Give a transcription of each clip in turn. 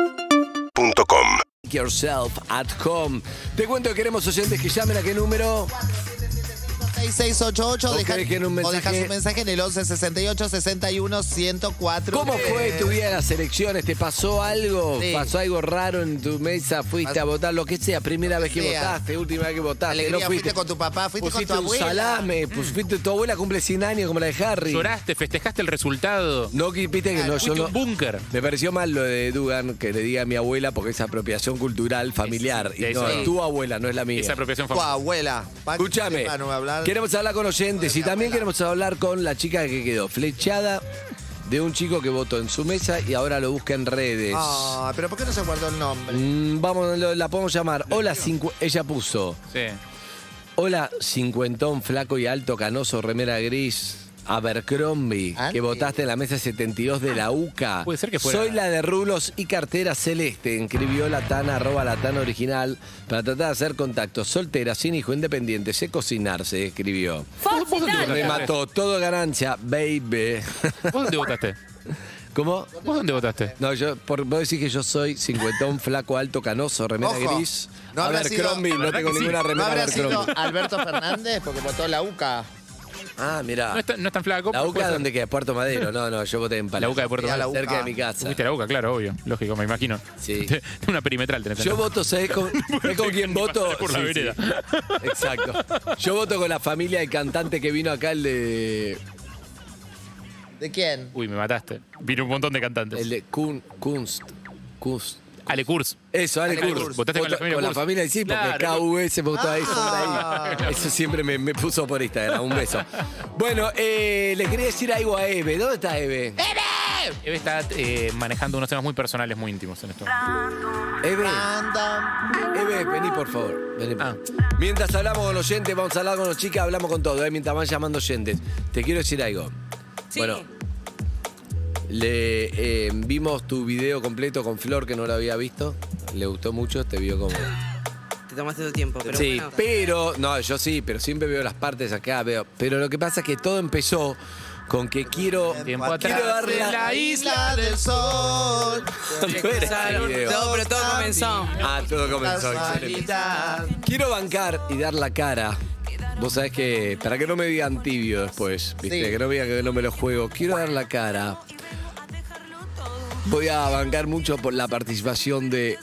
UrbanaPlayFM.com Yourself at Home. Te cuento que queremos oyentes que llamen a qué número. 6688 O deja- que dejen un o dejas mensaje. un mensaje en el 11 68 61 104. ¿Cómo fue Eh, tu día de las elecciones? ¿Te pasó algo? Sí. ¿Pasó algo raro en tu mesa? ¿Fuiste a votar? Lo que sea, primera vez que sea. votaste, última vez que votaste. Alegría, no fuiste con tu papá, fuiste con Pusiste tu un abuela. salame, pues, fuiste- tu abuela cumple 100 años como la de Harry. Lloraste, festejaste el resultado. No, que- viste que no, yo Fuiste no. un búnker. Me pareció mal lo de Dugan que le diga a mi abuela porque es apropiación cultural familiar. Y Sí, no, sí. tu abuela no es la mía. Esa apropiación Tu familiar. abuela. Pa' que Escúchame, sepa, no va a hablar. queremos hablar con oyentes y también queremos hablar con la chica que quedó flechada de un chico que votó en su mesa y ahora lo busca en redes. Ah, pero ¿por qué no se guardó el nombre? Mm, vamos, lo- la podemos llamar. Hola, cincu- ella puso. Sí. Hola, cincuentón, flaco y alto, canoso, remera gris. Abercrombie, Andy. que votaste en la mesa 72 de la UCA. Puede ser que fuera- Soy la de rulos y cartera celeste, escribió la Tana, arroba la Tana original, para tratar de hacer contacto. Soltera, sin hijo, independiente, sé cocinar, se escribió. Fox Italia. Remató, todo ganancia, baby. ¿Vos dónde votaste? ¿Cómo? ¿Vos dónde votaste? No, yo, por, vos decís que yo soy cincuentón, flaco, alto, canoso, remera Ojo, gris. no a habrá ver, sido- Crombie, La no verdad tengo que sí. ninguna ¿No remera habrá ver sido Crombie. Alberto Fernández? Porque votó la UCA. Ah, mirá. No es, tan- no es tan flaco. La pero puede UCA, ser. ¿dónde queda? Puerto Madero. No, no, yo voté en Palermo. La UCA de Puerto Sí, a la Madero. Cerca de mi casa. Fuiste a la boca, claro, obvio. Lógico, me imagino. Sí. Te- Una perimetral tenés. Yo voto, ¿sabés con, ¿sabés con quién Ni voto? pasaste por la vereda. Exacto. Yo voto con la familia del cantante que vino acá, el de. ¿De quién? Uy, me mataste. Vino un montón de cantantes. El de Kun, Kunst. Kunst. Ale Kurz. Eso, Ale Ale Kurz. Kurz. Votaste con la familia Con la Kurz. familia, sí, porque Claro. KV se votó a eso. por ahí. Eso siempre me, me puso por Instagram. Un beso. Bueno, eh, le quería decir algo a Eve. ¿Dónde está Eve? Eve está eh, manejando unos temas muy personales, muy íntimos en esto. Eve, Random. Eve, vení por favor. Vení, por Ah. favor. Mientras hablamos con los oyentes, vamos a hablar con los chicas, hablamos con todo. eh, mientras van llamando oyentes. Te quiero decir algo. Sí. Bueno. Le eh, vimos tu video completo con Flor que no lo había visto. Le gustó mucho, te vio como. Te tomaste tu tiempo, pero sí, bueno. pero, no, yo sí, pero siempre veo las partes acá, veo. Pero lo que pasa es que todo empezó con que quiero. Tiempo quiero atrás darle en la- la Isla del Sol. Tú eres el video. Todo, pero todo comenzó. Ah, todo comenzó. excelente. Casualidad. Quiero bancar y dar la cara. Vos sabés que, para que no me digan tibio después, ¿viste? Sí. Que no me digan que no me lo juego. Quiero dar la cara. Voy a bancar mucho por la participación de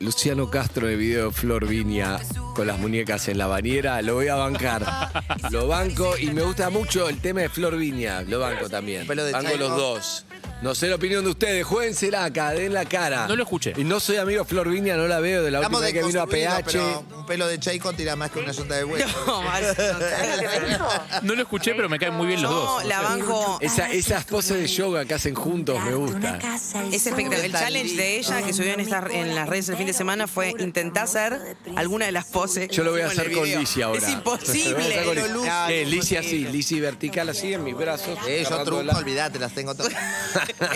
Luciano Castro en el video de Flor Viña con las muñecas en la bañera. Lo voy a bancar. Lo banco y me gusta mucho el tema de Flor Viña. Lo banco también. Pelo de Banco chango. los dos. No sé la opinión de ustedes. Juéguensela acá, den la cara. No lo escuché. Y no soy amigo de Flor Viña, no la veo de la Estamos última vez que vino a deconstruidos, PH. pero un pelo de Chayco tira más que una yunta de huevo. No, mal- No lo escuché, pero me caen muy bien los no, dos. la banco. Esa- esas poses de yoga que hacen juntos me gusta. Es espectacular. El challenge de ella que subió en, esta- en las redes el fin de semana fue intentar hacer alguna de las poses. que Yo lo voy a hicimos en hacer el con video. Lizzie ahora. Es imposible. Lo voy a hacer con Pero Luz- Lizzie. Ay, Eh, Lizzie así, Lizzie vertical así en mis brazos. Eh, yo agarrando truco, la- olvidate, las tengo todas.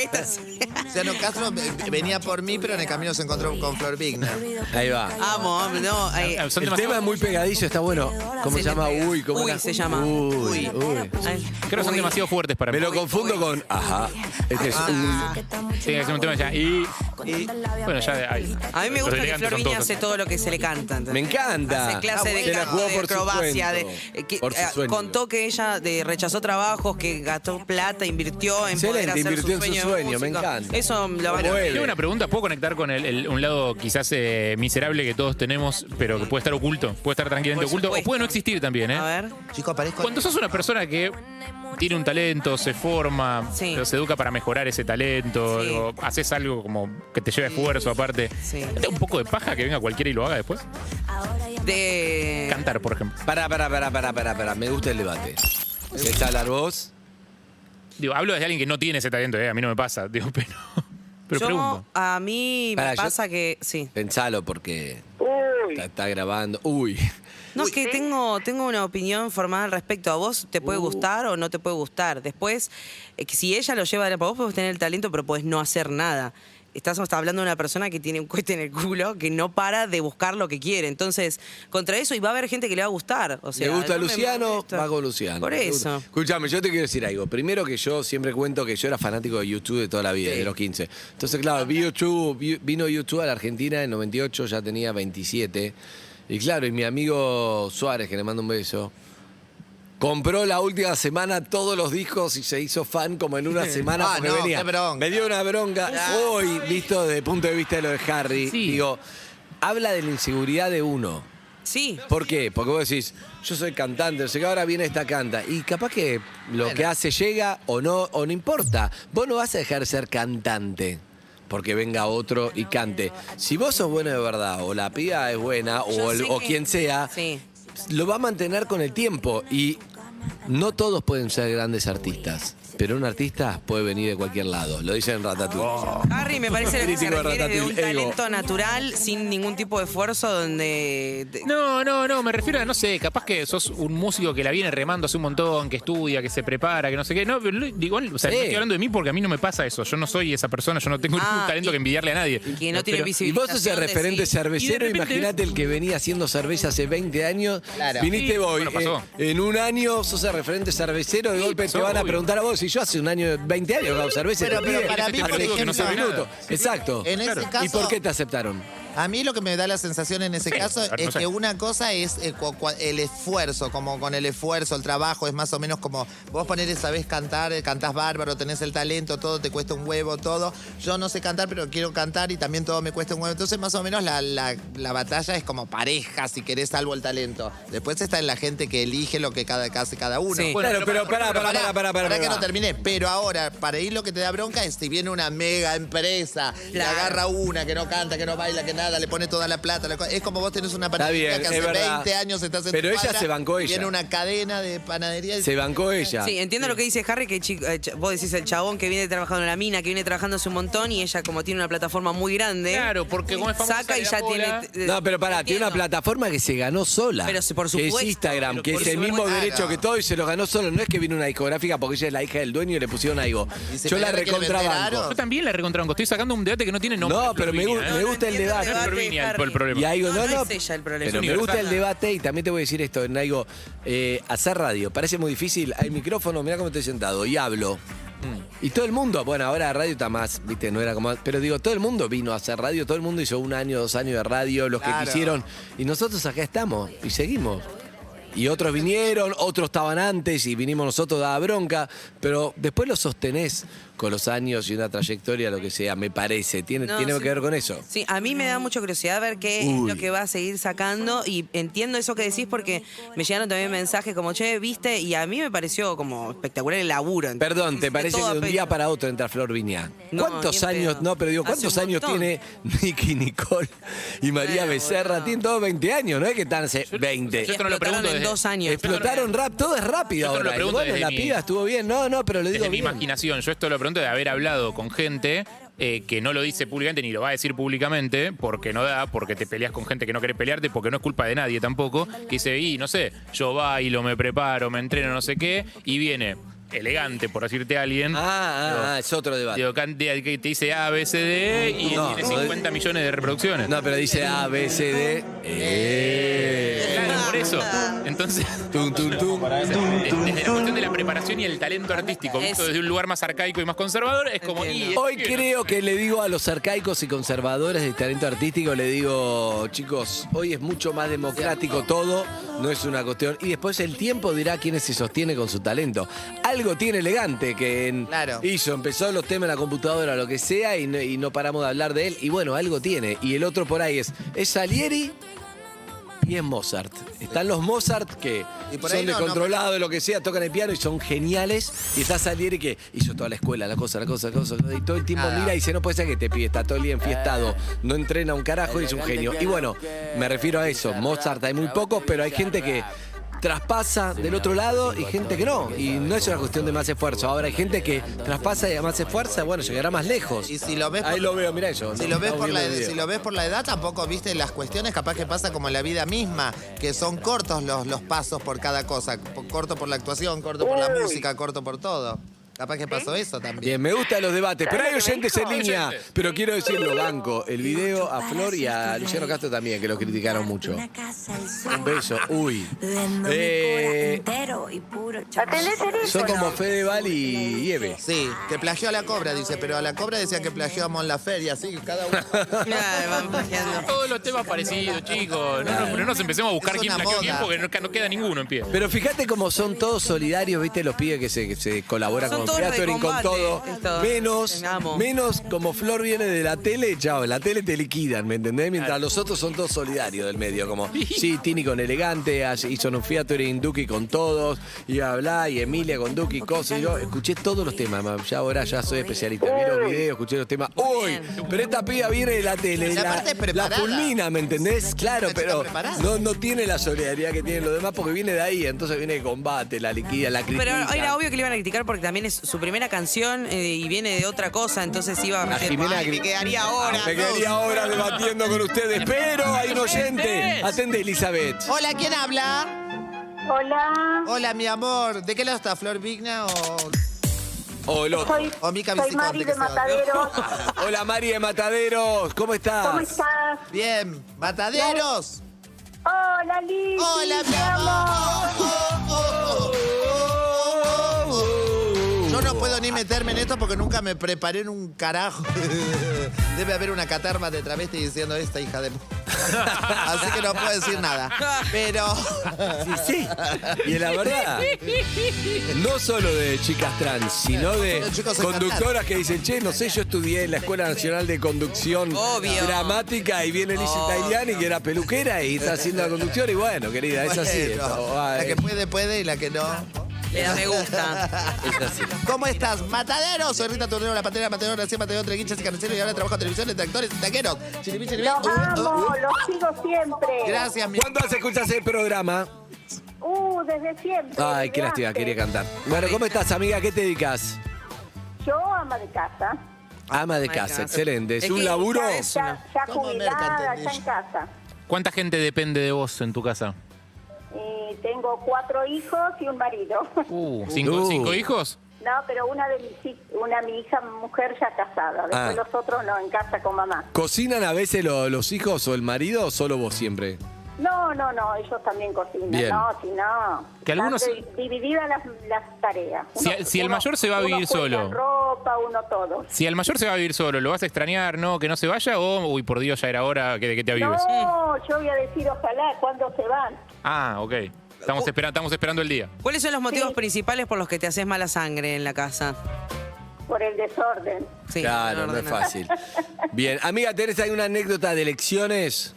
Esta sí. Luciano Castro eh, venía por mí, pero en el camino se encontró con Flor Vigna. Ahí va. Amo, no. eh, Ah, son El demasiado- tema es muy pegadizo, está bueno. ¿Cómo se Se llama? le pega. Uy, ¿cómo Uy, era? se llama. Uy, Uy. uy. ay, Creo que son uy. demasiado fuertes para mí. Me lo confundo con. Ajá. Este es un. Tiene que ser un tema ya. Y, y- bueno, ya de ahí. A mí me gusta que Flor Viña hace se todo lo que se le canta. ¿entendés? Me encanta. Hace clase de Se la canto, jugó de por su acrobacia, de, cuento, eh, que, por su eh, sueño. contó que ella de, rechazó trabajos, que gastó plata, invirtió en poder Excelente, hacer invirtió en su su sueño. de sueño, me músico. encanta. Eso lo van Bueno. Tengo una pregunta, ¿puedo conectar con el, el- un lado quizás eh, miserable que todos tenemos, pero que puede estar oculto? Puede estar tranquilamente Por oculto o supuesto. puede no existir también, ¿eh? a ver. Chicos, parezco. Cuando sos una persona que tiene un talento, se forma, Sí. se educa para mejorar ese talento, Sí. o haces algo como que te lleva esfuerzo aparte, Sí. ¿te da un poco de paja que venga cualquiera y lo haga después? De. Cantar, por ejemplo. Pará, pará, pará, pará, pará, pará. Me gusta el debate. ¿Querés hablar vos? Digo, hablo de alguien que no tiene ese talento, ¿eh? a mí no me pasa, digo, pero, pero yo, pregunto. a mí me Pará, yo- pasa que. Sí. Pensalo porque. Está, está grabando. Uy. ¿Eh? No, es que tengo, tengo una opinión formada al respecto. A vos te Uh. puede gustar o no te puede gustar. Después, eh, que si ella lo lleva de la vos, podés tener el talento, pero podés no hacer nada. estás hasta hablando de una persona que tiene un cohete en el culo, que no para de buscar lo que quiere. Entonces, contra eso, y va a haber gente que le va a gustar. O sea, me gusta no me Luciano, molesta. va con Luciano. Por Me gusta. eso. Escúchame, yo te quiero decir algo. Primero que yo siempre cuento que yo era fanático de YouTube de toda la vida, de los 15. Entonces, claro, vi YouTube, vi- vino YouTube a la Argentina en 98, ya tenía 27. Y claro, y mi amigo Suárez, que le mando un beso, compró la última semana todos los discos y se hizo fan como en una semana. Ah, porque no, venía. qué bronca. Me dio una bronca. Hoy, visto desde el punto de vista de lo de Harry, Sí. digo, habla de la inseguridad de uno. Sí. ¿Por qué? Porque vos decís, yo soy cantante, no sé qué, ahora viene esta canta. Y capaz que lo que hace llega o no, o no importa. Vos no vas a dejar de ser cantante porque venga otro y cante. Si vos sos bueno de verdad, o la piba es buena, Yo o, el- sé o que- quien sea, Sí. lo va a mantener con el tiempo. Y no todos pueden ser grandes artistas. Pero un artista puede venir de cualquier lado. Lo dicen Ratatouille. Harry me parece que se Crítico de refiere de un Ratatouille, ego. talento natural sin ningún tipo de esfuerzo donde te- No, no, no, me refiero a, no sé, capaz que sos un músico que la viene remando hace un montón, que estudia, que se prepara, que no sé qué. No, pero lo- digo, o sea, Sí. no estoy hablando de mí porque a mí no me pasa eso. Yo no soy esa persona, yo no tengo Ah, ningún talento y- que envidiarle a nadie. que no tiene Pero- Y vos sos el visibilización. de referente sí. cervecero, Y de repente- imagínate el que venía haciendo cerveza hace 20 años. Claro. Viniste Sí, vos, bueno, eh, pasó. en un año sos el referente cervecero, de Sí, golpe pasó, te van a obvio. preguntar a vos, si yo hace un año, 20 años hago cerveza. Pero- te pero piden para este mí, por pelotudo que no sabe ejemplo, nada. Exacto. En ese ¿Y caso- por qué te aceptaron? A mí lo que me da la sensación en ese Sí, caso a ver, no es sé. que una cosa es eh, cua- cua- el esfuerzo, como con el esfuerzo, el trabajo, es más o menos como vos poner, sabés cantar, eh, cantás bárbaro, tenés el talento, todo te cuesta un huevo, todo. Yo no sé cantar, pero quiero cantar y también todo me cuesta un huevo. Entonces, más o menos la, la- la batalla es como pareja, si querés, salvo el talento. Después está en la gente que elige lo que cada, que hace cada uno. Sí. Bueno, claro, pero pero pará, pará, pará, pará, pará, Pará que pará. no terminé. Pero ahora, para ir lo que te da bronca es si viene una mega empresa, le Claro. agarra una que no canta, que no baila, que nada, le pone toda la plata. la co- Es como vos tenés una panadería bien, que es hace verdad. 20 años estás en Pero tu ella cuadra, se bancó y Viene ella. una cadena de panadería. y- Se bancó ella. Sí, entiendo lo que dice Harry, que chi- eh, ch- vos decís el chabón que viene trabajando en la mina, que viene trabajando hace un montón y ella como tiene una plataforma muy grande. Claro, porque como es famosa Saca le y da ya bola. tiene... No, pero pará, tiene una eh, Entiendo. plataforma que se ganó sola. Pero si- por supuesto, Que es Instagram, pero que por es el supuesto. mismo Claro. derecho que todo y se lo ganó solo. No es que vino una discográfica porque ella es la hija del dueño y le pusieron algo. Y se Yo la pelea que quiere vender recontrabanco. aro. Yo también la recontrabanco. Estoy sacando un debate que no tiene nombre. No, pero me, gu- Florvinia, ¿eh? me gusta el entiendo debate. No es Florvinia el- el problema. Y algo, No, no, no no, es ella el problema. Pero Es me gusta universal. el debate y también te voy a decir esto, en algo, eh, hacer radio, parece muy difícil, hay micrófono, mira cómo estoy sentado y hablo. Y todo el mundo, bueno, ahora radio está más, viste, no era como... Pero digo, todo el mundo vino a hacer radio, todo el mundo hizo un año, dos años de radio, los que Claro. quisieron. Y nosotros acá estamos y seguimos. Y otros vinieron, otros estaban antes y vinimos nosotros, daba bronca. Pero después lo sostenés con los años y una trayectoria, lo que sea, me parece. Tiene, No, tiene sí. que ver con eso. Sí, a mí me da mucha curiosidad ver qué Uy. es lo que va a seguir sacando y entiendo eso que decís porque me llegaron también mensajes como, che, viste, y a mí me pareció como espectacular el laburo. Perdón, ¿te Hiciste parece que todo de un a día pe- para otro entra Flor Viñá? No, ni ¿Cuántos en años, pedo. no, pero digo, Hace ¿cuántos un años montón. tiene Nicky Nicole y María Bueno, Becerra? boludo. Tienen todos 20 años, ¿no es que están hace 20? yo esto no lo Explotaron pregunto eh. en desde- dos años. Explotaron rap, todo es rápido Yo te lo ahora. Y pregunto bueno, desde la mi- piba estuvo bien, no, no, pero lo digo Desde mi bien. imaginación, yo esto lo pregunto de haber hablado con gente eh, que no lo dice públicamente ni lo va a decir públicamente, porque no da, porque te peleas con gente que no quiere pelearte, porque no es culpa de nadie tampoco, que dice, y no sé, yo bailo, me preparo, me entreno, no sé qué, y viene elegante, por decirte a alguien. Ah, ah, es otro debate. digo, can- de- que te dice A, B, C, D y No, tiene no, 50 millones de reproducciones. No, pero dice A, B, C, D. E. Eh. Claro, por eso. Entonces, Tum, tum, tum. desde la cuestión de la preparación y el talento artístico, visto desde un lugar más arcaico y más conservador, es como. y- Hoy y- creo que le digo a los arcaicos y conservadores de talento artístico, le digo, chicos, hoy es mucho más democrático todo, no es una cuestión. Y después el tiempo dirá quién se sostiene con su talento. Algo tiene elegante que en- Claro. hizo, empezó los temas en la computadora, lo que sea, y no, y no paramos de hablar de él. Y bueno, algo tiene. Y el otro por ahí es, es Salieri. Y es Mozart. Están los Mozart que Y por son ahí no, no, descontrolados, lo que sea, tocan el piano y son geniales. Y está Salieri que hizo toda la escuela, la cosa, la cosa, la cosa. Y todo el tiempo Nada. mira y dice, no puede ser que este pibe está todo el día enfiestado, Eh. no entrena un carajo y es un genio. Y bueno, me refiero a eso. Mozart hay muy pocos, pero hay gente que traspasa del otro lado y gente que no. Y no es una cuestión de más esfuerzo. Ahora hay gente que traspasa y a más esfuerzo, bueno, llegará más lejos. Y si lo ves Ahí por- lo veo, mira eso. Si lo, ves por la, si lo ves por la edad, tampoco viste las cuestiones, capaz que pasa como en la vida misma, que son cortos los, los pasos por cada cosa. Corto por la actuación, corto por la música, corto por todo. Capaz que pasó eso también. Bien, me gustan los debates, pero hay oyentes en línea. Oyentes. Pero quiero decirlo, banco, el video a Flor y a Luciano Castro también, que lo criticaron mucho. Un beso, uy. Eh, son como Fedeval y Eve. Sí, que plagió a la cobra, dice, pero a la cobra decía que plagió a Mon Laferte, así que cada uno. Claro, van plagiando. Todos los temas parecidos, chicos. No, no, pero no nos empecemos a buscar Es quién una plagió quién moda. porque no, no queda ninguno en pie. Pero fíjate cómo son todos solidarios, viste, los pibes que se, que se colaboran con Son todos de Creatoring, con combate, todo. estos. Menos, Te amo. menos como Flor viene de la tele, chao, la tele te liquidan, ¿me entendés? Mientras los otros son todos solidarios del medio, como, sí, Tini con Elegante, as- hizo un featuring, Duki con todos, y habla, y Emilia con Duki, cosa, y yo escuché todos los temas, mam, ya ahora ya soy especialista, vi los videos, escuché los temas, uy, pero esta piba viene de la tele, Y la, aparte es la preparada. fulmina, ¿me entendés? Claro, Una chica pero preparada. no, no tiene la solidaridad que tienen los demás porque viene de ahí, entonces viene de combate, la liquida, la Pero critica. era obvio que le iban a criticar porque también es su primera canción eh, y viene de otra cosa, entonces iba a A meter- Jimena Ay, me Gri- quedaría horas. Me quedaría dos. ahora debatiendo con ustedes, pero hay un oyente. Atende, Elizabeth. Hola, ¿quién habla? Hola, Hola, mi amor. ¿De qué lado está? ¿Flor Vigna o, O el otro. soy, o Mica soy Viciconte, Mari que de se va, ¿no? Mataderos. Hola, María de Mataderos. ¿Cómo estás? ¿Cómo estás? Bien, Mataderos. Hola, Liz. Hola, mi amor. Oh, oh, oh, oh. Yo no puedo ni meterme en esto porque nunca me preparé en un carajo. Debe haber una catarma de travesti diciendo esta hija de... puta". Así que no puedo decir nada. Pero... Sí, sí. Y la verdad, no solo de chicas trans, sino de Los chicos encantados. conductoras que dicen, che, no sé, yo estudié en la Escuela Nacional de Conducción Obvio. Dramática y viene Lizzie Tagliani, que era peluquera y está haciendo la conducción. Y bueno, querida, es así. Bueno, esto. la Ay, que puede, puede y la que no. Le da me gusta. es así. ¿Cómo estás? Matadero, soy Rita Turnero, la patera, matadero, recién matadero, entre guinchas y carniceros y ahora trabajo en televisión entre actores y taqueros. Chiribí, chiribí, Los uh, uh, amo, uh. los sigo siempre. Gracias, mi ¿Cuándo hace escuchas el programa? Uh, desde siempre. Ay, qué desde lástima, antes. quería cantar. Bueno, ¿cómo estás, amiga? ¿Qué te dedicas? Yo, ama de casa. Ama de Ama de casa, casa. excelente. Es Es un que- laburo. Ya es- Ya, ya Toma jubilada, ya en mercantendilla. casa. ¿Cuánta gente depende de vos en tu casa? Eh, tengo cuatro hijos y un marido. Uh, ¿cinco, Uh. cinco hijos? No, pero una de mis hij- una mi hija mujer ya casada, después Ah. los otros no en casa con mamá. ¿Cocinan a veces lo- los hijos o el marido o solo vos siempre? No, no, no, ellos también cocinan, Bien. no, si no. Que algunos- están di- divididas las, las tareas. Si- Uno- si el uno- mayor se va a vivir uno cuelga solo. ropa, uno todo. Si el mayor se va a vivir solo, ¿lo vas a extrañar, no? ¿Que no se vaya? ¿O, uy, por Dios, ya era hora que, de que te avives? No, yo voy a decir ojalá cuando se van. Ah, ok. Estamos, espera- estamos esperando el día. ¿Cuáles son los motivos Sí. principales por los que te haces mala sangre en la casa? por el desorden. Sí, claro, no es ordenada. fácil. Bien, amiga Teresa, ¿hay una anécdota de elecciones?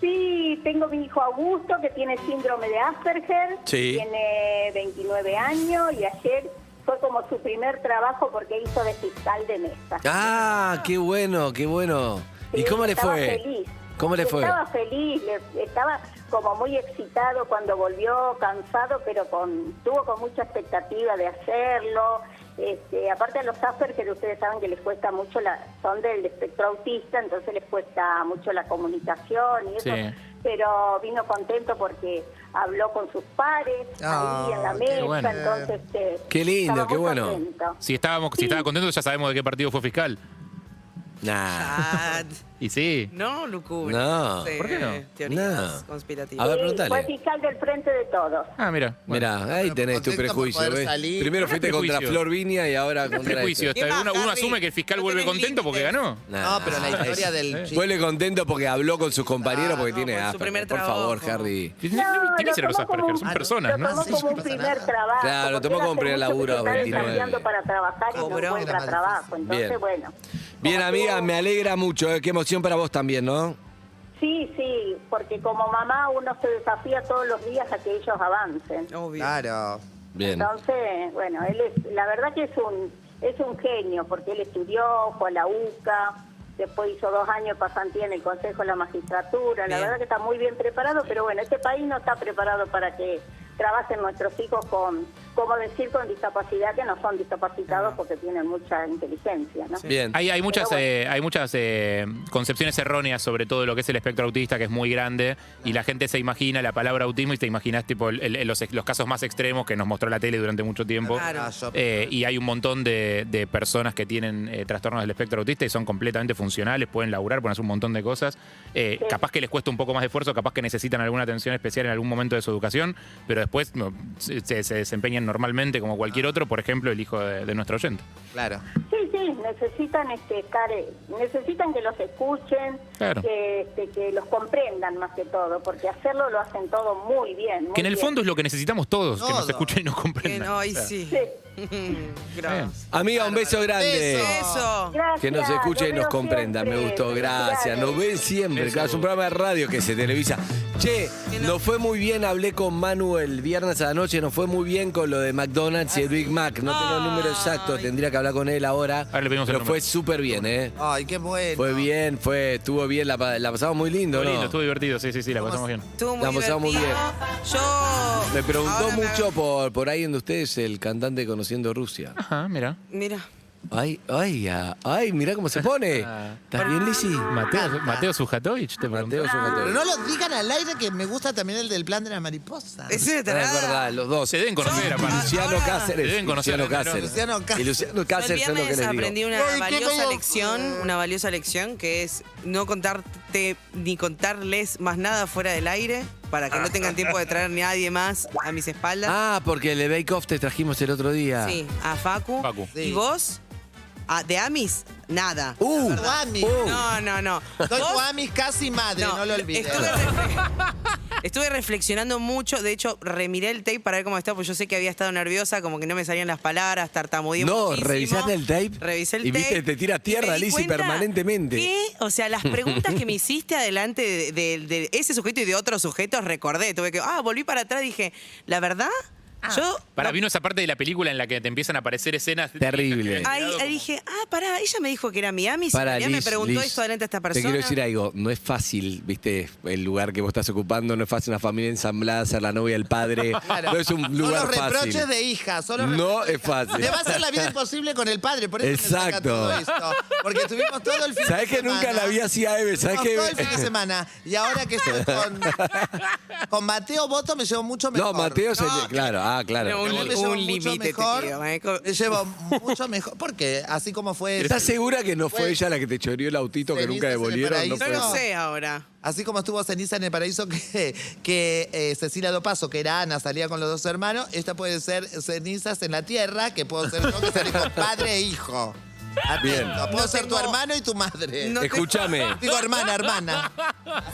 Sí, tengo mi hijo Augusto que tiene síndrome de Asperger, Sí. tiene 29 años y ayer fue como su primer trabajo porque hizo de fiscal de mesa. Ah, qué bueno, qué bueno. ¿Y Sí, cómo le estaba fue? Feliz. ¿Cómo le fue? Estaba feliz, le- estaba como muy excitado cuando volvió, cansado, pero con tuvo con mucha expectativa de hacerlo. Este, aparte a los Asperger, ustedes saben que les cuesta mucho, la, son del espectro autista, entonces les cuesta mucho la comunicación y eso. Sí. Pero vino contento porque habló con sus pares Ah, ahí en la qué mesa, bueno. entonces... este, Qué lindo, estaba qué muy bueno. contento. Si, estábamos, si Sí. estaba contento, ya sabemos de qué partido fue fiscal. Nah. Ah, Y sí. No, Lucubra. No. Sí, ¿Por qué no? Teorías No. conspirativas. A ver, Sí, preguntale. fue fiscal del frente de todos. Ah, mira. Bueno. Mirá, ahí Bueno, tenés tu contento por prejuicio. poder ¿ves? salir. Primero ¿Qué fuiste prejuicio? contra Flor Vinia y ahora contra. Prejuicio. este. ¿Qué más, Uno, uno Harry? asume que el fiscal No vuelve tenés contento porque límites. ganó. Nah. No, pero la historia del chico. Vuelve contento porque habló con sus compañeros porque tiene por su Asperger. primer Por favor, trabajo. Harry. ¿Qué No, qué lo hicieron los tomó como Asperger? un- Son personas, Lo ¿no? tomó Sí, como no un pasa primer nada. trabajo. Claro, lo porque tomó él como hace un primer mucho que laburo a está 29. ensayando para trabajar y Cobró. no encuentra trabajo. Entonces, Bien. bueno. Bien, como amiga, tuvo- me alegra mucho. eh. Qué emoción para vos también, ¿no? Sí, sí, porque como mamá uno se desafía todos los días a que ellos avancen. Obvio. Claro. Bien. Entonces, bueno, él es, la verdad que es un, es un genio, porque él estudió, fue a la UCA, después hizo dos años de pasantía en el Consejo de la Magistratura, la Bien. verdad que está muy bien preparado, pero bueno, este país no está preparado para que trabajen nuestros hijos con, como decir, con discapacidad, que no son discapacitados porque tienen mucha inteligencia, ¿no? Bien. Hay, hay muchas, Pero bueno. eh, hay muchas eh, concepciones erróneas sobre todo lo que es el espectro autista, que es muy grande, y la gente se imagina la palabra autismo y te imaginas tipo el- el- los, ex- los casos más extremos que nos mostró la tele durante mucho tiempo. Claro. Ah, yo- Eh, y hay un montón de, de personas que tienen eh, trastornos del espectro autista y son completamente funcionales, pueden laburar, pueden hacer un montón de cosas. Eh, Sí. Capaz que les cuesta un poco más de esfuerzo, capaz que necesitan alguna atención especial en algún momento de su educación, pero después no, se, se- se desempeñan normalmente como cualquier Ah. otro, por ejemplo, el hijo de, de nuestro oyente. Claro. Sí, sí, necesitan este, estar, eh, necesitan que los escuchen, Claro. que, este, que los comprendan más que todo, porque hacerlo lo hacen todo muy bien. muy Que en el bien. fondo es lo que necesitamos todos, que nos Todo. escuchen y nos Que comprendan. no, ay, O sea, sí. Sí. Gross. Amiga, un beso grande. Beso. Eso. Gracias, Que nos escuche y los nos veo comprenda, me siempre. gustó, gracias. Nos ven siempre, Beso. claro, es un programa de radio que se televisa. Che, Que no- nos fue muy bien, hablé con Manu el viernes a la noche, nos fue muy bien con lo de McDonald's y el Big Mac. No tengo el número exacto, tendría que hablar con él ahora. Ahora le pedimos el Pero fue número. súper bien, ¿eh? Ay, qué bueno. Fue bien, fue, estuvo bien, la, pa- la pasamos muy lindo, Estuvo ¿no? lindo, estuvo divertido, sí, sí, sí, la pasamos bien. Estuvo muy La pasamos muy divertido. Yo. Me preguntó ahora me mucho hago- por, por ahí donde ustedes, el cantante Conociendo Rusia. Ajá, mira. Mira. Ay, ay, ah, ay, mirá cómo se pone. ¿Estás bien, Lizzy? Mateo, Mateo Sujatovich, te preguntó. Mateo Pero Zucatore. no lo digan al aire que me gusta también el del plan de la mariposa. Ese Es verdad, los dos. Se deben conocer, aparte. Luciano Ahora- Cáceres. Deben conocer, Luciano ¿no? Cáceres. Luciano Cáceres. Y Luciano Cáceres Yo es el lo que viernes les aprendí digo. una Ay, qué valiosa pedo. lección, una valiosa lección que es no contarte ni contarles más nada fuera del aire para que no tengan tiempo de traer ni a nadie más a mis espaldas. Ah, porque el de Bake Off te trajimos el otro día. sí, a Facu. Facu. Y Sí. vos, a- de Amis, nada. Uh, Guami. uh. No, no, no. Soy Vos- Guami casi madre, no, lo olvides. Estuve, refle- estuve reflexionando mucho, de hecho, remiré el tape para ver cómo estaba, porque yo sé que había estado nerviosa, como que no me salían las palabras, tartamudeé No, muchísimo. revisaste el tape. Revisé el Y tape. viste, te tira tierra, Y me di Lizzy, cuenta permanentemente. que, o sea, las preguntas que me hiciste adelante de, de- de ese sujeto y de otros sujetos, recordé. Tuve que, ah, volví para atrás, dije, la verdad, Ah. yo... Para, no- vino esa parte de la película en la que te empiezan a aparecer escenas. Terrible. Ahí, ahí dije, ah, pará, ella me dijo que era Miami, Para ella me preguntó esto adelante a esta persona. Te quiero decir algo, no es fácil, viste, el lugar que vos estás ocupando, no es fácil una familia ensamblada, ser la novia, el padre. Claro. No es un lugar Son los reproches fácil. de hija. Son los No reproches de es hija. fácil. Le va a hacer la vida imposible con el padre, por eso me saca Exacto. todo esto. Porque tuvimos todo el fin ¿Sabés de que semana. nunca la vi así a Eve? ¿Sabés Tuvimos que Todo el fin de semana. Y ahora que estoy con, con Mateo Boto me llevo mucho mejor. No, Mateo, se- No, claro, ah, claro. No, me un- llevo mucho límite te eh, mejor, pido, Michael. Me llevo mucho mejor. Porque así como fue. ¿Estás segura que no fue Fue- ella la que te choreó el autito que Cenizas nunca en el devolvieron? No paraíso. No fue- lo sé ahora. Así como estuvo Ceniza en el Paraíso, que, que eh, Cecilia Dopaso, que era Ana, salía con los dos hermanos, esta puede ser Cenizas en la Tierra, que puedo ser yo, que seré con padre e hijo. Atento, Bien. puedo No ser tengo- tu hermano y tu madre. No- Escúchame. Digo hermana, hermana.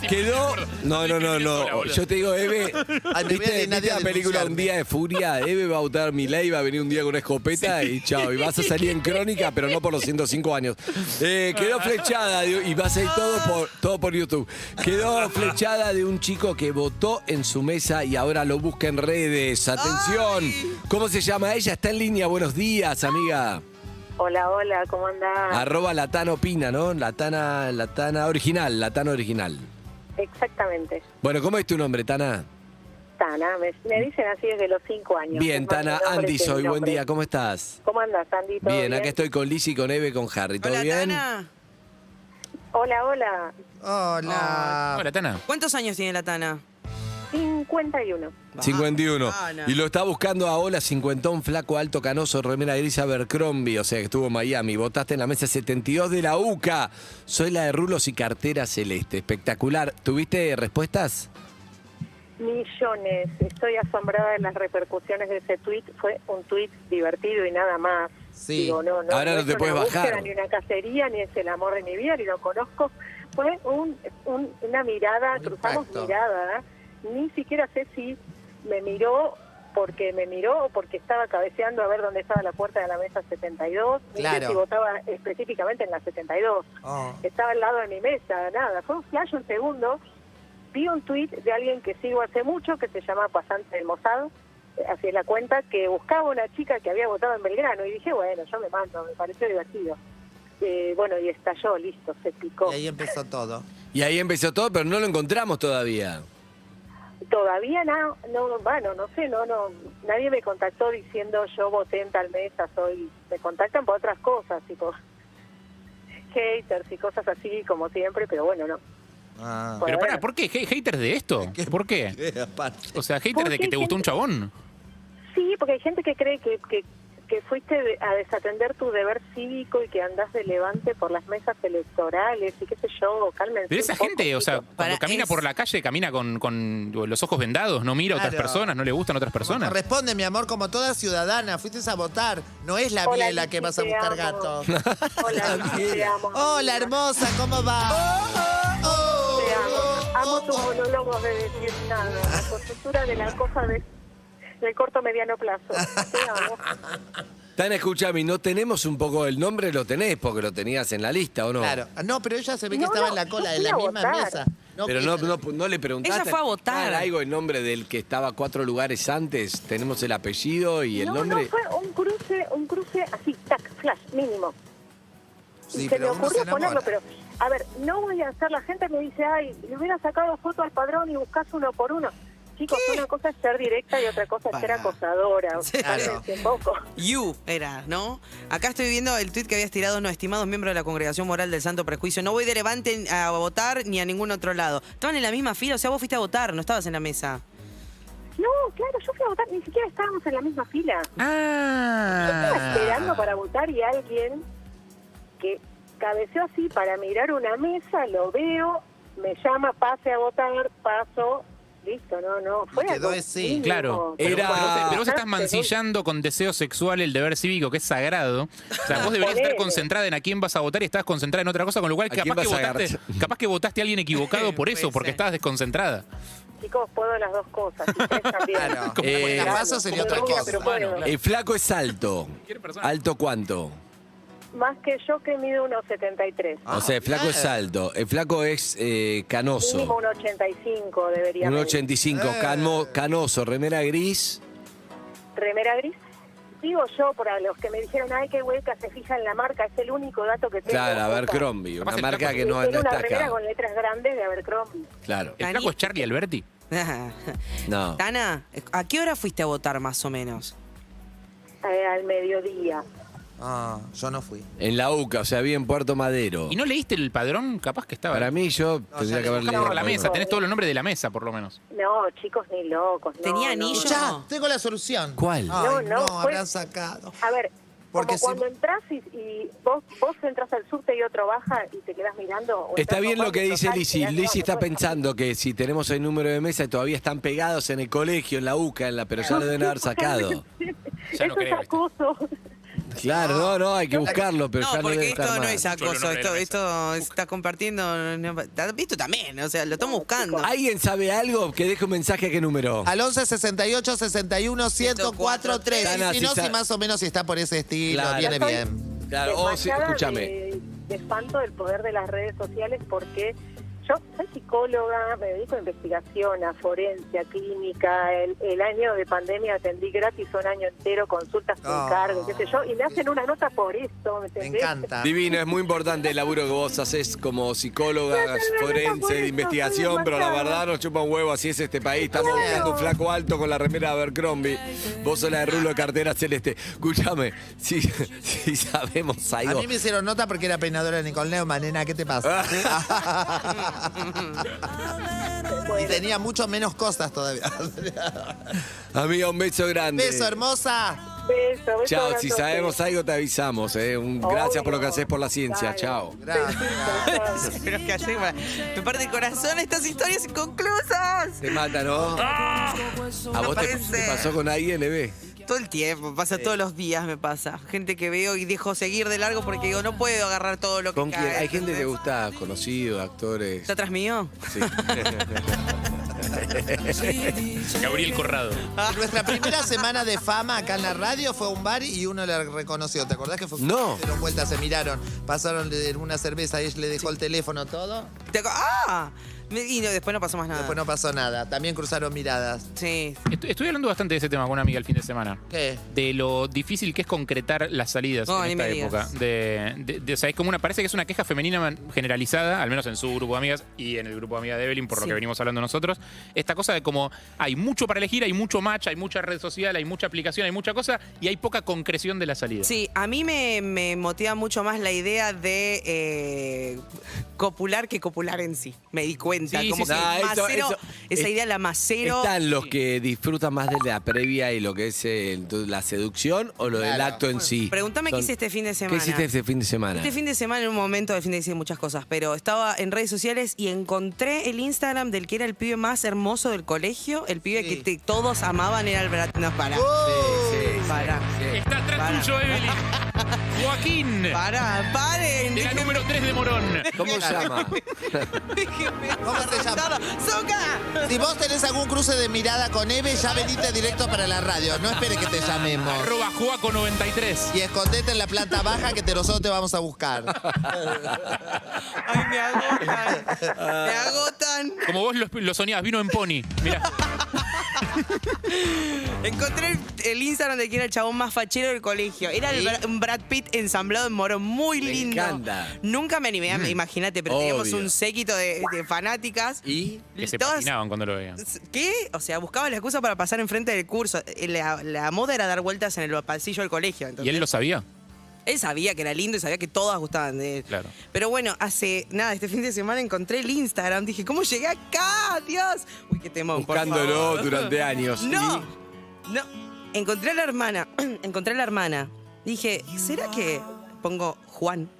Quedó. No, no, no, no. Yo te digo, Eve. Ay, me voy a ¿Viste, de nadie viste la a película denunciarme. Un día de furia? Eve va a votar Milei, va a venir un día con una escopeta y chao. Y vas a salir en crónica, pero no por los 105 años. Eh, quedó flechada de- y vas a ir todo por, todo por YouTube. Quedó flechada de un chico que votó en su mesa y ahora lo busca en redes. Atención. ¿Cómo se llama ella? Está en línea. Buenos días, amiga. Hola, hola, ¿cómo andás? Arroba Latana Opina, ¿no? Latana, Latana original, Latana original. Exactamente. Bueno, ¿cómo es tu nombre, Tana? Tana, me, me dicen así desde los cinco años. Bien, Es más, Tana, mi nombre Andy es mi soy, buen nombre. día, ¿cómo estás? ¿Cómo andas, Andy? ¿Todo Bien, acá estoy con Lizzie, con Eve, con Harry, ¿todo Hola, bien? Tana. Hola, hola, Hola. Hola, Tana. ¿Cuántos años tiene la Tana? 51. 51. Tana. Y lo está buscando ahora, cincuentón, flaco, alto, canoso, remera gris, Abercrombie, o sea, que estuvo en Miami. Votaste en la mesa 72 de la UCA. Soy la de rulos y cartera celeste. Espectacular. ¿Tuviste respuestas? Millones. Estoy asombrada de las repercusiones de ese tweet. Fue un tweet divertido y nada más. Sí. Digo, no, no, Ahora no es te una puedes búsqueda, bajar. Ni una cacería, ni es el amor de mi vida, ni lo conozco. Fue un, un- una mirada, Un cruzamos impacto. mirada. Ni siquiera sé si me miró porque me miró o porque estaba cabeceando a ver dónde estaba la puerta de la mesa 72. Ni sé Claro. si votaba específicamente en la 72 Oh. estaba al lado de mi mesa, nada, fue un flash, un segundo, vi un tweet de alguien que sigo hace mucho, que se llama Pasante del Mozado, eh, así es la cuenta, que buscaba una chica que había votado en Belgrano, y dije, bueno, yo me mando, me pareció divertido. Eh, bueno, y estalló, Oh. listo, se picó. Y ahí empezó todo. Y ahí empezó todo, pero no lo encontramos todavía. Todavía no, no, bueno, no sé, no, no, nadie me contactó diciendo yo voté en tal mesa, soy, me contactan por otras cosas, tipo haters y cosas así como siempre, pero bueno, no. Ah. Pero pará, ¿por qué? ¿Hate- ¿Haters de esto? ¿Por qué? Aparte. O sea, haters de que te gustó un chabón. Sí, porque hay gente que cree que, que, que fuiste de- a desatender tu deber cívico y que andás de levante por las mesas electorales y qué sé yo, cálmense. Pero esa un poco, gente, o sea, chicos. Pará, cuando camina es- por la calle, camina con, con los ojos vendados, no mira a otras Claro. personas, no le gustan otras personas. Responde, mi amor, como toda ciudadana, fuiste a votar. No es la Hola, biela que Lichi, vas a te buscar amo. gato. La Hola, Lichi, te biela. amo. Hola, hermosa, ¿cómo va? Oh, Te amo. Amo oh, tus oh. monólogos de decir nada, la coyuntura de la cosa de, del corto mediano plazo. Te amo. Tan escuchame, no tenemos un poco el nombre, lo tenés porque lo tenías en la lista, ¿o no? Claro. Ah, No, pero ella se ve que No, estaba no, en la cola yo de fui la a misma votar. mesa. Pero que no, ella- no, no le preguntaste. Ella fue a votar. Ah, algo en nombre del que estaba cuatro lugares antes. Tenemos el apellido y el no, nombre. no, fue un cruce, un cruce así, tac, flash, mínimo. Y Sí, se me pero uno se ocurrió ponerlo, enamora. pero a ver, no voy a hacer, la gente me dice, ay, le hubiera sacado foto al padrón y buscás uno por uno. Chicos, una cosa es ser directa y otra cosa es ser Para. acosadora. Sí. Cálmense un poco. You era, ¿no? Acá estoy viendo el tuit que habías tirado, no, estimados miembros de la Congregación Moral del Santo Prejuicio. No voy de Levante a votar ni a ningún otro lado. Estaban en la misma fila, o sea, vos fuiste a votar, no estabas en la mesa. No, claro, yo fui a votar, ni siquiera estábamos en la misma fila. Ah. Estaba Ah. esperando para votar y alguien que cabeceó así para mirar una mesa, lo veo, me llama, pase a votar, paso, listo, no, no, fue Y quedó algo así. mínimo. Claro, Era- pero, cuando te- pero vos estás Pero- mancillando con deseo sexual el deber cívico que es sagrado. O sea, vos deberías estar Ponele. concentrada en a quién vas a votar y estás concentrada en otra cosa, con lo cual ¿A capaz quién que, vas a votaste, agarrar? capaz que votaste a alguien equivocado por Puede eso, porque ser. estabas desconcentrada. Chicos, puedo las dos cosas. y ustedes también. Claro. Como Eh, el capazo sería Como otra rubia, cosa. pero puedo. Bueno, El flaco es alto. Cualquier persona. ¿Alto cuánto? Más que yo que mido 1,73. Ah, o sea, el flaco claro. es alto. El flaco es eh, Mínimo canoso. 1,85 debería Un medir. 85, Eh. cano- canoso, remera gris. Remera gris. Digo yo, para los que me dijeron, ay, qué hueca, se fija en la marca, es el único dato que tengo. Claro, O sea, Abercrombie, Capaz una el marca flaco- que no, Tiene no una está remera acá. con letras grandes de Abercrombie. Claro. El flaco es Charlie Alberti. No. Tana, ¿a qué hora fuiste a votar más o menos? eh, al mediodía. Ah, yo no fui. En la UCA, o sea, bien en Puerto Madero. ¿Y no leíste el padrón? Capaz que estaba. Para mí, yo tendría ya que le haber Buscá leído. por la algo. mesa, tenés todos los nombres de la mesa, por lo menos. No, chicos, ni locos. no, ¿Tenía no. anillo? Yo Ya, no. tengo la solución. ¿Cuál? No, Ay, no, no, fue- habrán sacado. A ver, Porque como si- cuando entras y, y vos, vos entras al subte y otro baja y te quedas mirando. o Está entras bien con lo que varios, dice total, Lizzy. mirás, no, Lizzy está después- pensando que si tenemos el número de mesa y todavía están pegados en el colegio, en la UCA, en la, pero ya lo deben haber sacado. Ya no Eso es creo esto. acoso. Claro, no, no, hay que buscarlo, pero ya no, lo deben porque estar esto no mal. es Yo lo acoso, nombré esto, la esto está compartiendo. no, Esto también, o sea, lo estamos buscando. ¿Alguien sabe algo? Que deje un mensaje a qué número. Al 11 68 61 104 3. Tana, Y si no, si sa- si más o menos si está por ese estilo, Claro. viene Yo soy- bien. Claro, o si- desmayada escúchame. De, de espanto del poder de las redes sociales porque yo soy psicóloga, me dedico a investigación, a forencia, a clínica. El, el año de pandemia atendí gratis un año entero, consultas sin Ah. cargo, qué sé yo, y me Ah. hacen una nota por esto. ¿me Me entendés? encanta. Divino, es muy importante el laburo que vos haces como psicóloga, Ya te lo agradezco forense, por de eso, investigación, soy pero la demasiado. verdad nos chupa un huevo, así es este país. Estamos Claro. buscando un flaco alto con la remera de Abercrombie. Vos sos la de rulo de cartera celeste. Escúchame, si, si sabemos A algo. mí me hicieron nota porque era peinadora de Nicole Neumann, nena, ¿qué te pasa? y tenía mucho menos cosas todavía. Amiga, un beso grande. Beso, hermosa. Beso, beso Chao, grande si a sabemos ustedes. algo te avisamos. eh. Un- gracias por lo que haces por la ciencia. Obvio. Chao. Gracias. Chao. Pero que ayer me- me parte el corazón estas historias inconclusas. Te mata, ¿no? ¿A vos te, parece. te pasó con alguien, Eve? Todo el tiempo, pasa todos los días me pasa. Gente que veo y dejo seguir de largo porque digo, no puedo agarrar todo lo que ¿Con quién? cae, Hay gente que le ¿entendés? gusta, conocidos, actores. ¿Está atrás mío? Sí. Gabriel Corrado. Nuestra primera semana de fama acá en la radio fue a un bar y uno la reconoció. ¿Te acordás que fue? No. Se dieron vueltas, se miraron, pasaron de- una cerveza y le dejó el teléfono todo. Te acu- ¡Ah! Me- Y no, después no pasó más nada. Después no pasó nada. También cruzaron miradas. Sí. Estu- estuve hablando bastante de ese tema con una amiga el fin de semana. ¿Qué? de lo difícil que es concretar las salidas No, en ni esta me época. digas. De, de- de- o sea, es como una, parece que es una queja femenina man- generalizada, al menos en su grupo de amigas y en el grupo de amigas de Evelyn, por lo Sí. que venimos hablando nosotros, esta cosa de como hay mucho para elegir, hay mucho match, hay mucha red social, hay mucha aplicación, hay mucha cosa y hay poca concreción de la salida. Sí, a mí me, me motiva mucho más la idea de eh, copular que copular en sí. Me di cuenta. Sí, como sí, que sí. Nah, eso- macero- Ah, eso- esa es- idea la macero. ¿Están los que disfrutan más de la previa y lo que es eh, entonces, la seducción o lo del Claro. acto en sí? Pregúntame qué Son- hice este fin de ¿Qué semana. hiciste este fin de semana? Este fin de semana, en un momento del fin de hice muchas cosas, pero estaba en redes sociales y encontré el Instagram del que era el pibe más hermoso del colegio, el pibe Sí. que te- todos amaban era Albert. No, para. para. Está atrás Para. tuyo, Evelyn. Joaquín, Para, paren. de la déjenme- número 3 de Morón. ¿Cómo se llama? déjenme ¿Cómo se llama? todo. ¡Soca! Si vos tenés algún cruce de mirada con Eve, ya venite directo para la radio. No esperes que te llamemos. Arroba Juaco 93. Y escondete en la planta baja que te- nosotros te vamos a buscar. Ay, me agotan. Me agotan. Como vos lo, lo soñabas, vino en Pony. Mirá. Encontré el, el Instagram de quien era el chabón más fachero del colegio. Era el Bra- un Brad Pitt ensamblado en morón, muy Me lindo. encanta. Nunca me animé, a- Mm. imagínate, pero teníamos Obvio. un séquito de, de fanáticas. ¿Y? Que se Todas- patinaban cuando lo veían. ¿Qué? O sea, buscaba la excusa para pasar enfrente del curso. Eh, La, la moda era dar vueltas en el pasillo del colegio. ¿Y entonces- él lo sabía? él sabía que era lindo y sabía que todas gustaban de él. Claro. Pero bueno, hace nada, este fin de semana encontré el Instagram. Dije, ¿cómo llegué acá? Dios. Uy, qué temón, por Buscándolo favor. durante años. No, ¿Y? no. Encontré a la hermana. Encontré a la hermana. Dije, ¿será que pongo Juan?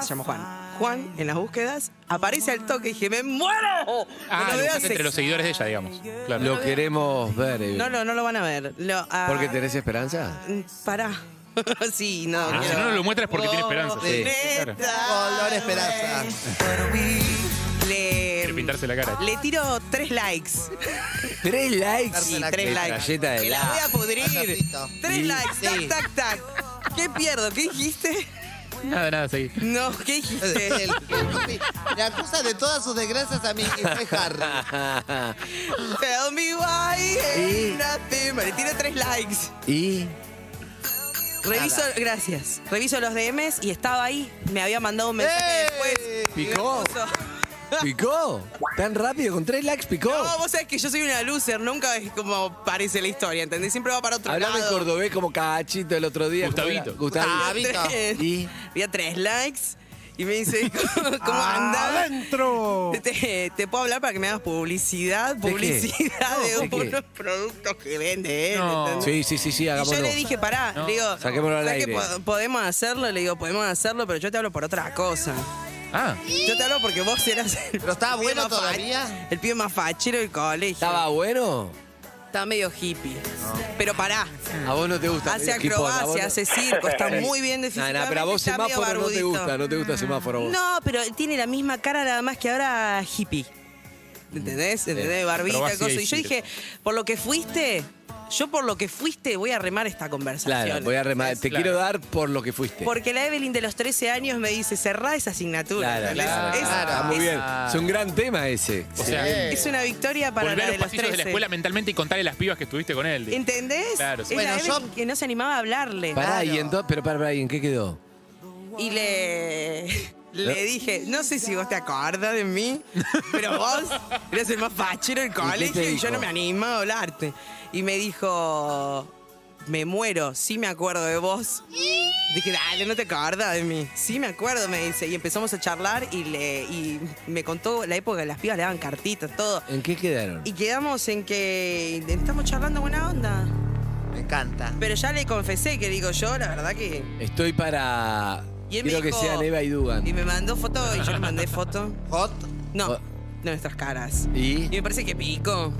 Se llama Juan. Juan, en las búsquedas, aparece al toque. Dije, ¡me muero! Ah, Me lo lo veo buscaste entre sexy. los seguidores de ella, digamos. Claro. Lo queremos ver. Evelyn. no, no, no lo van a ver. Lo- ah, mm, ¿Porque tenés esperanza? Pará. sí, no. Ah, quiero- si no nos lo muestras es porque tiene esperanza. Sí. Neta, Color esperanza. Le, mm, Quiere pintarse la cara. le tiro tres likes. Tres likes. Sí, la tres cara. likes. Galleta de Me la la- voy a pudrir. Pasacito. Tres Sí. likes. Sí. Tac, tac, tac. ¿Qué pierdo? ¿Qué dijiste? Nada, nada, seguí. No, ¿qué dijiste? El- Me acusa de todas sus desgracias a mí y soy Harry. Tell me why. Sí. nothing. Le tiro tres likes. ¿Y? Reviso, gracias. Reviso los DMs y estaba ahí. Me había mandado un mensaje ¡Eh! después. ¿Picó? Hermoso. ¿Picó? ¿Tan rápido? ¿Con tres likes picó? No, vos sabés que yo soy una loser, nunca es como parece la historia, ¿entendés? Siempre va para otro Hablame en lado. cordobés como cachito el otro día. ¿cómo era? Gustavito. Gustavito. Gustavito. Tres. ¿Y? Había tres likes y me dice, ¿cómo cómo Ah, andás? ¡Adentro! Te, te puedo hablar para que me hagas publicidad, qué? publicidad de, No, ¿de qué? unos productos que vende él. No. ¿entendés? Sí, sí, sí, sí, Y hagámoslo. yo le dije, pará, No. le digo, Saquémoslo al ¿sabés que aire. po- podemos hacerlo? Le digo, podemos hacerlo, pero yo te hablo por otra cosa. Ah, Yo te hablo porque vos eras el Pero estaba pibe bueno más fa- todavía. El pibe más fachero del colegio. ¿Estaba bueno? Estaba medio hippie. Pero pará, A vos no te gusta. hace medio hipón, a vos acrobacia, no- hace circo, está muy bien Nah, definido. nah, pero a vos semáforo no te gusta, no te gusta semáforo a vos. No, pero tiene la misma cara nada más que ahora hippie. ¿Entendés? ¿Entendés? pero Barbita, así cosa. hay Y yo circo. dije, por lo que fuiste, yo por lo que fuiste voy a remar esta conversación. Claro, voy a remar. Te Claro. quiero dar por lo que fuiste. Porque la Evelyn de los 13 años me dice, cerrá esa asignatura. Claro, ¿entendés? claro, Es- claro. Está muy es- bien. Es un gran tema ese. o sea, Es una victoria para volver a la los de los pasillos 13. de la escuela mentalmente y contarle las pibas que estuviste con él. digo. ¿Entendés? Claro, sí. Es la Bueno, yo- Evelyn que no se animaba a hablarle. Pará, y Claro. entonces, pero pará, pará, ¿y en qué quedó? Y le, le dije, no sé si vos te acordás de mí, pero vos eres el más fachero del colegio y dijo? yo no me animo a hablarte. Y me dijo, me muero, sí me acuerdo de vos. Dije, dale, no te acordás de mí. Sí me acuerdo, me dice. Y empezamos a charlar y, le, y me contó la época que las pibas le daban cartitas, todo. ¿En qué quedaron? Y quedamos en que estamos charlando buena onda. Me encanta. Pero ya le confesé que digo yo, la verdad que... Estoy para. Y él me Quiero que dijo- sean Eva y Y Dugan. me mandó foto y yo le mandé foto. Hot. No, Oh. de nuestras caras. Y ¿Y? me parece que pico.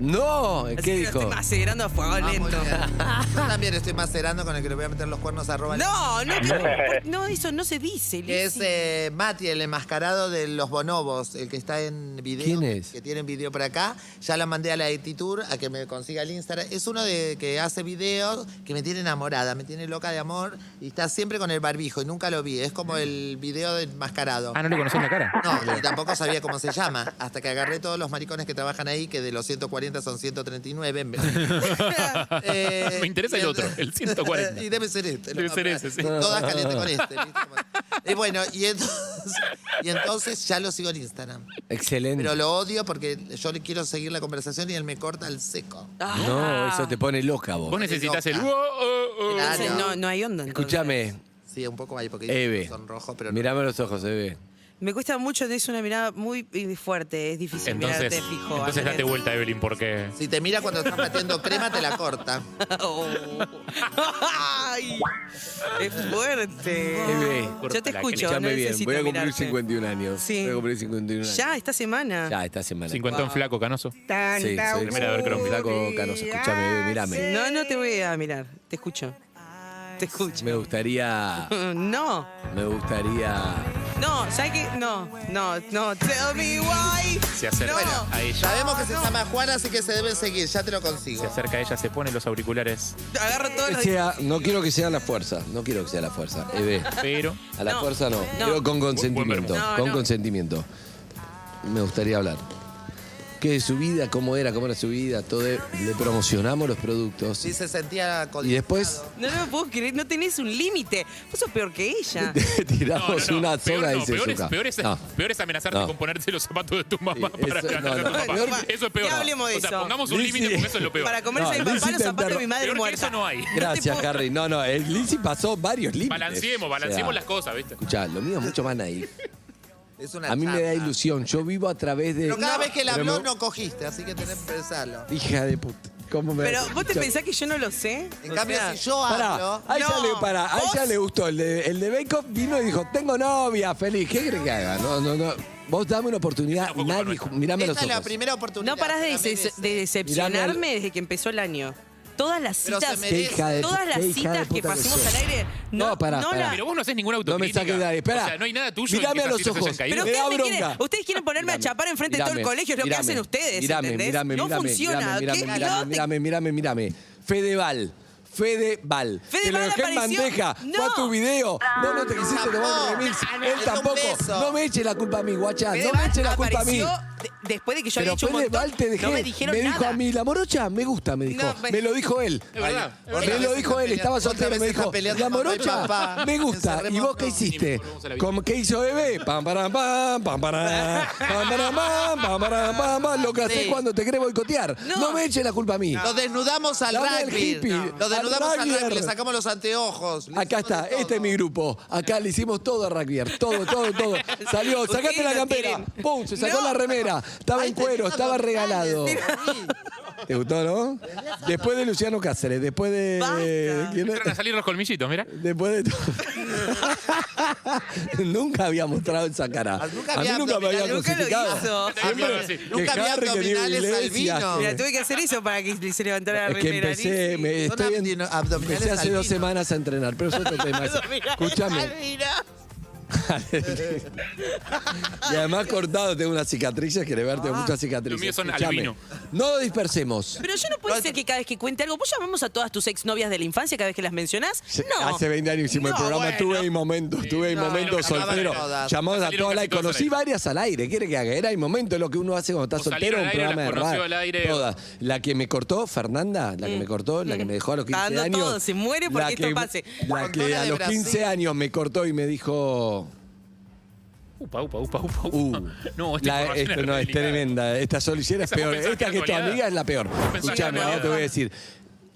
¡No! Así ¿Qué que lo dijo? estoy macerando a fuego Ah, muy lento. bien. Yo también estoy macerando con el que le voy a meter los cuernos arroba. No, no, no, no, eso no se dice, Que es Lizzy. eh, Mati, el enmascarado de los bonobos, el que está en video. ¿Quién es? Que tiene video por acá. Ya la mandé a la Etitur a que me consiga el Instagram. Es uno de que hace videos que me tiene enamorada, me tiene loca de amor y está siempre con el barbijo y nunca lo vi. Es como el video del enmascarado. Ah, no le conocías la cara. No, y tampoco sabía cómo se llama, hasta que agarré todos los maricones que trabajan ahí, que de los 140 son 139. en vez- Eh, Me interesa el otro, el 140. Y debe ser este. Debe ser ese, sí. Todas calientes con este. ¿viste? Como- Y bueno, y entonces... entonces, y entonces ya lo sigo en Instagram. Excelente. Pero lo odio porque yo le quiero seguir la conversación y él me corta al seco. Ah. No, eso te pone loca vos. Vos necesitas el. loca. "Uo, oh, oh". Claro. Entonces, Ah, no, no hay onda. entonces. Escúchame, Sí, un poco ahí porque Eve. son rojos, pero no. Mirame los ojos, Eve. Me cuesta mucho, es una mirada muy eh, fuerte, es difícil Entonces, mirarte fijo. entonces Andrés. date vuelta, Evelyn, porque. Si te mira cuando estás metiendo crema, te la corta. Oh. Ay, es Eve. fuerte. Ah, Yo te Córtala, escucho, querida. no Escúchame bien, necesito voy a cumplir mirarte. 51 años. Sí. Voy a cumplir 51 años. Ya, esta semana. Ya, esta semana. Cincuentón Wow. flaco, canoso. Tanta Sí, soy Primera vez que lo un miro. flaco canoso. Escúchame, Eve, mírame. No, no te voy a mirar, te escucho. Te escucho. Me gustaría. No, Me gustaría. no, ¿sabes qué? No, no, no, tell me why. Se acerca No. a ella. Sabemos que se llama Juan, así que se deben seguir. Ya te lo Se consigo. acerca a ella, se pone los auriculares. Agarro todos Que los... sea- no quiero que sea la fuerza. No quiero que sea la fuerza. Eve. Pero. A la No, fuerza no. no. Quiero con consentimiento. verbo. No, con no. consentimiento. Me gustaría hablar. ¿Qué de su vida? ¿Cómo era? ¿Cómo era su vida? Todo de- le promocionamos los productos. Sí, se sentía con... Y después No, no puedo creer, no tenés un límite. Vos sos peor que ella. No, no, tiramos no, una peor sola no, de peor es, Sezuka. peor es- No. peor es amenazarte No. con ponerte los zapatos de tu mamá Sí, para eso- atrapar no, a tu no. papá. Eso es peor. Ya hablemos de o sea, eso. pongamos un Lizzy- límite porque eso es lo peor. Para comerse No, a mi papá Lizzy los zapatos de mi Tantar- madre Peor que muerta. eso no hay. te Gracias, puedo- Harry. No, no, el Lizzy pasó varios límites. Balanceemos, balanceemos las cosas, ¿viste? Escuchá, lo mío es mucho más ahí. Es una A mí me da chapa. ilusión. Yo vivo a través de. Pero cada vez que la Pero me- habló no cogiste, así que tenés que pensarlo. Hija de puta. ¿Cómo me Pero vos te Yo- pensás que yo no lo sé. En O cambio, sea, si yo Pará, hablo... a ella, No, le, pará, a vos- ella le gustó. El de, el de Bake Off vino y dijo, tengo novia, feliz. ¿Qué crees que haga? No, no, no. Vos dame una oportunidad. No fue culpa Nadie, nuestra. mirame los Esta es la ojos. primera oportunidad. No parás de, Para mí dece- dice- de decepcionarme desde que empezó el año. Todas las eh, Pero se citas, merece. Qué hija de pu- todas las qué hija de citas que puta que pasemos sos. al aire, no, No, pará, no pará. la- Pero vos no haces ninguna No me autocrítica. saques de ahí. Espera. O sea, no hay nada tuyo en Mirame que a esas los citas ojos. hayan caído. Pero Me ustedes, da me quieren- bronca. ustedes quieren ponerme a chapar enfrente de todo el Mirame, colegio, es lo que mirame, hacen ustedes, mirame, ¿entendés? mirame, no mirame, funciona. Mirame, mirame, ¿qué? No mirame, mirame, te- mirame, mirame. Fedeval. Fedeval. Fedeval te lo dejé en apareció. bandeja. Fue a No. tu video. No, no te quisiste Tampoco. tomar un remix. Ah, no, Él es un tampoco. beso. No me eche la culpa a mí, guachá. No me Fedeval eche la culpa a mí. Ah, apareció de- Después de que yo Pero había hecho un Fede montón, Val te dejé. no me dijeron dijo nada. a mí, la morocha me gusta, me dijo. No, me... me- lo dijo él. Es verdad. me Otra vez lo está dijo él, peleando- estaba otra soltero, vez me está dijo, peleando la papá y morocha papá. me gusta. Encerremos, ¿Y vos qué no. hiciste? volvemos a la vida. ¿Cómo, ¿Qué hizo bebé? Pam, param, pam, pam, param, pam, param, pam, pam, param, pam, pam, lo que haces Sí. cuando te querés boicotear. No, No. me eche la culpa a mí. Lo desnudamos al La hora del rugby. hippie. No. Lo Al desnudamos al rugbyer. rugby, le sacamos los anteojos. le Acá hicimos de está, todo. este es mi grupo. Acá le hicimos todo a Rugbier. Todo, todo, todo. Salió, Ustedes sacate la no campera. tienen. Pum, se sacó No. la remera. Estaba Ay, en cuero, tenés estaba abdominales, regalado. sí. ¿Te gustó, no? Después de Luciano Cáceres, después de. Basta. ¿quién es? Empiezan a salir los colmillitos, mira. Después de nunca había mostrado esa cara. Ah, nunca a mí había nunca me había abdominales. Nunca lo crucificado. hizo. Sí. que Nunca había Harry, que Diego abdominales al Iglesias, vino. que- Mira, tuve que hacer eso para que se levantara Es la que remera, empecé, Lizzy. me Son estoy en- abdino- abdominales empecé hace al dos vino. semanas a entrenar, pero es otro tema. ese. Escúchame. y además cortado, tengo unas cicatrices, que de ver, Ah. tengo muchas cicatrices. Los míos son Escúchame. albino. No dispersemos. Pero yo no puede ser que cada vez que cuente algo, vos llamamos a todas tus exnovias de la infancia cada vez que las mencionás. Se- No. Hace 20 años hicimos el No, programa, bueno. tuve ahí momentos, tuve ahí momentos no, no, soltero. no, no, no, no. Llamamos a Salieron todas casi las todas conocí al aire. varias al aire, ¿quiere que haga? Era el momento, lo que uno hace cuando está O salieron soltero en al un programa aire, de las conoció radio. al aire. Todas. La que me cortó, Fernanda, la que me cortó, la que me dejó a los 15 Está dando años. Mm. todo, se muere porque la esto pase. La que Contona a de los Brasil. 15 años me cortó y me dijo. Upa, upa, upa, upa. upa. Uh, no, este esta la- información esto es no es delicada. tremenda. Esta solicera es Esa vos peor. pensás que Esta era que es tu actualidad. amiga es la peor. Vos pensás que era Escuchame, ahora actualidad. te voy a decir.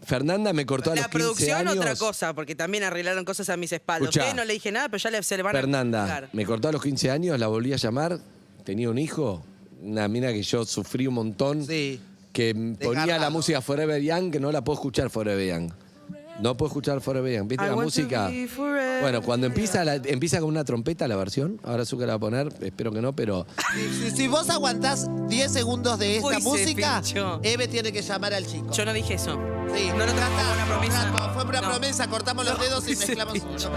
Fernanda me cortó a los La 15 años. producción, otra cosa, porque también arreglaron cosas a mis espaldas. Escuchá. Ustedes no le dije nada, pero ya le se le van a Fernanda, juzgar. me cortó a los 15 años, la volví a llamar, tenía un hijo, una mina que yo sufrí un montón, Sí. que m- ponía la Desgarrado. música Forever Young, que no la puedo escuchar Forever Young. No puedo escuchar Forever Young, ¿viste I la want to música? be forever Bueno, cuando empieza la- empieza con una trompeta la versión, ahora Zucca la va a poner, espero que no, pero Si, si- si vos aguantás 10 segundos de esta Uy, se música, pinchó. Eve tiene que llamar al chico. Yo no dije eso. Sí, No lo ya tomé está, como una promesa. ya está, Fue una No. promesa, cortamos los No, dedos y se mezclamos. pinchó.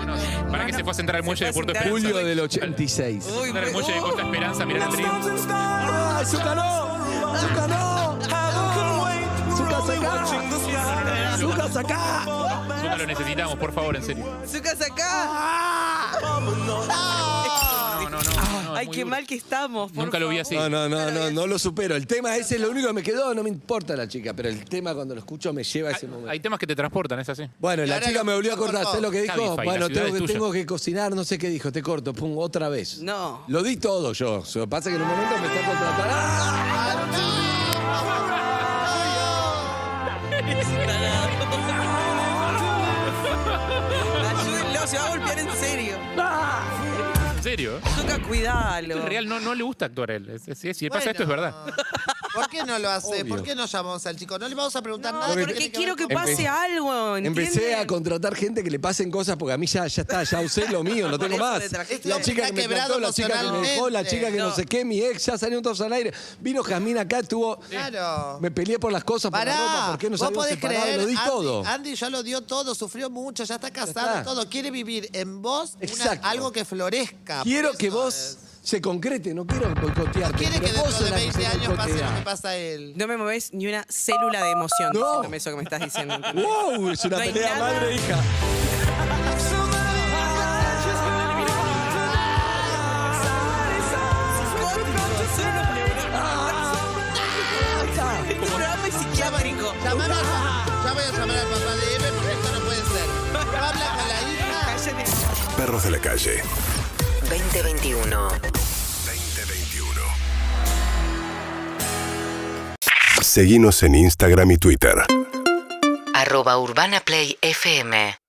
Para que se fue a sentar al Se muelle de fue a Puerto sentar. Esperanza. julio del 86. Uy, Sentar al muelle de Costa Esperanza, mirá la tristeza. ¡Ah, Zucca no! ¡Zucca no! ¡Zucca sacá! ¡Zucca sacá! Zucca, ¡Uh! lo necesitamos, por favor, en serio. Su casa acá. Ah. No, no, no, no. no, es Ay, muy qué duro. mal que estamos. por Nunca lo vi así. No, no, no, no, no lo supero. El tema ese es lo único que me quedó, no me importa la chica, pero el tema cuando lo escucho me lleva a ese momento. Hay temas que te transportan, es así. Bueno, Y la ahora chica lo- me volvió a lo cortar, cortó. ¿sé lo que dijo? Cabify, la bueno, ciudad tengo es que, tuya. tengo que cocinar, no sé qué dijo, te corto, pum, otra vez. No. Lo di todo yo. Lo que pasa es que en un momento me está contratando. ¡Ah! Ayúdenlo, se va a golpear en serio. En serio. ¿eh? Zuka, Esto cuidalo. es real, no, no le gusta actuar a él. Es- es- Si, le pasa esto, es Bueno. verdad. ¿Por qué no lo hace? Obvio. ¿Por qué no llamamos al chico? No le vamos a preguntar nada. que Porque tiene quiero ver que con- pase algo, ¿entienden? Empecé a contratar gente que le pasen cosas porque a mí ya, ya está, ya usé lo mío, no Por tengo eso más. te trajiste. La Esto chica me que ha me Este quebrado trató, la chica que me dejó, la emocionalmente. chica que no. No. sé qué, mi ex, ya salieron todos al aire. Vino Jasmine acá, tuvo. Claro. Me peleé por las cosas, por la ropa, Pará, por qué nos vos habíamos podés separado, creer, lo di Andy, todo. Andy ya lo dio todo, sufrió mucho, ya está casado está. y todo. Quiere vivir en vos una- Exacto. algo que florezca. Quiero Por que eso vos es. se concrete, no quiero boicotearte. No quiere pero que vos dentro de sos la que se 20 años pase lo boicotea. que pasa a él. No me mueves ni una célula de emoción No. diciéndome eso que me estás diciendo. ¿entendés? ¡Wow! Es una No hay pelea nada. madre-hija. Ah. Este programa es psiquiátrico. Llamame al papá. Ya voy a llamar al papá de M porque esto no puede ser. No habla con la hija. Cállate. Perros de la calle. 2021. 2021. Seguimos en Instagram y Twitter. Arroba Urbana Play FM.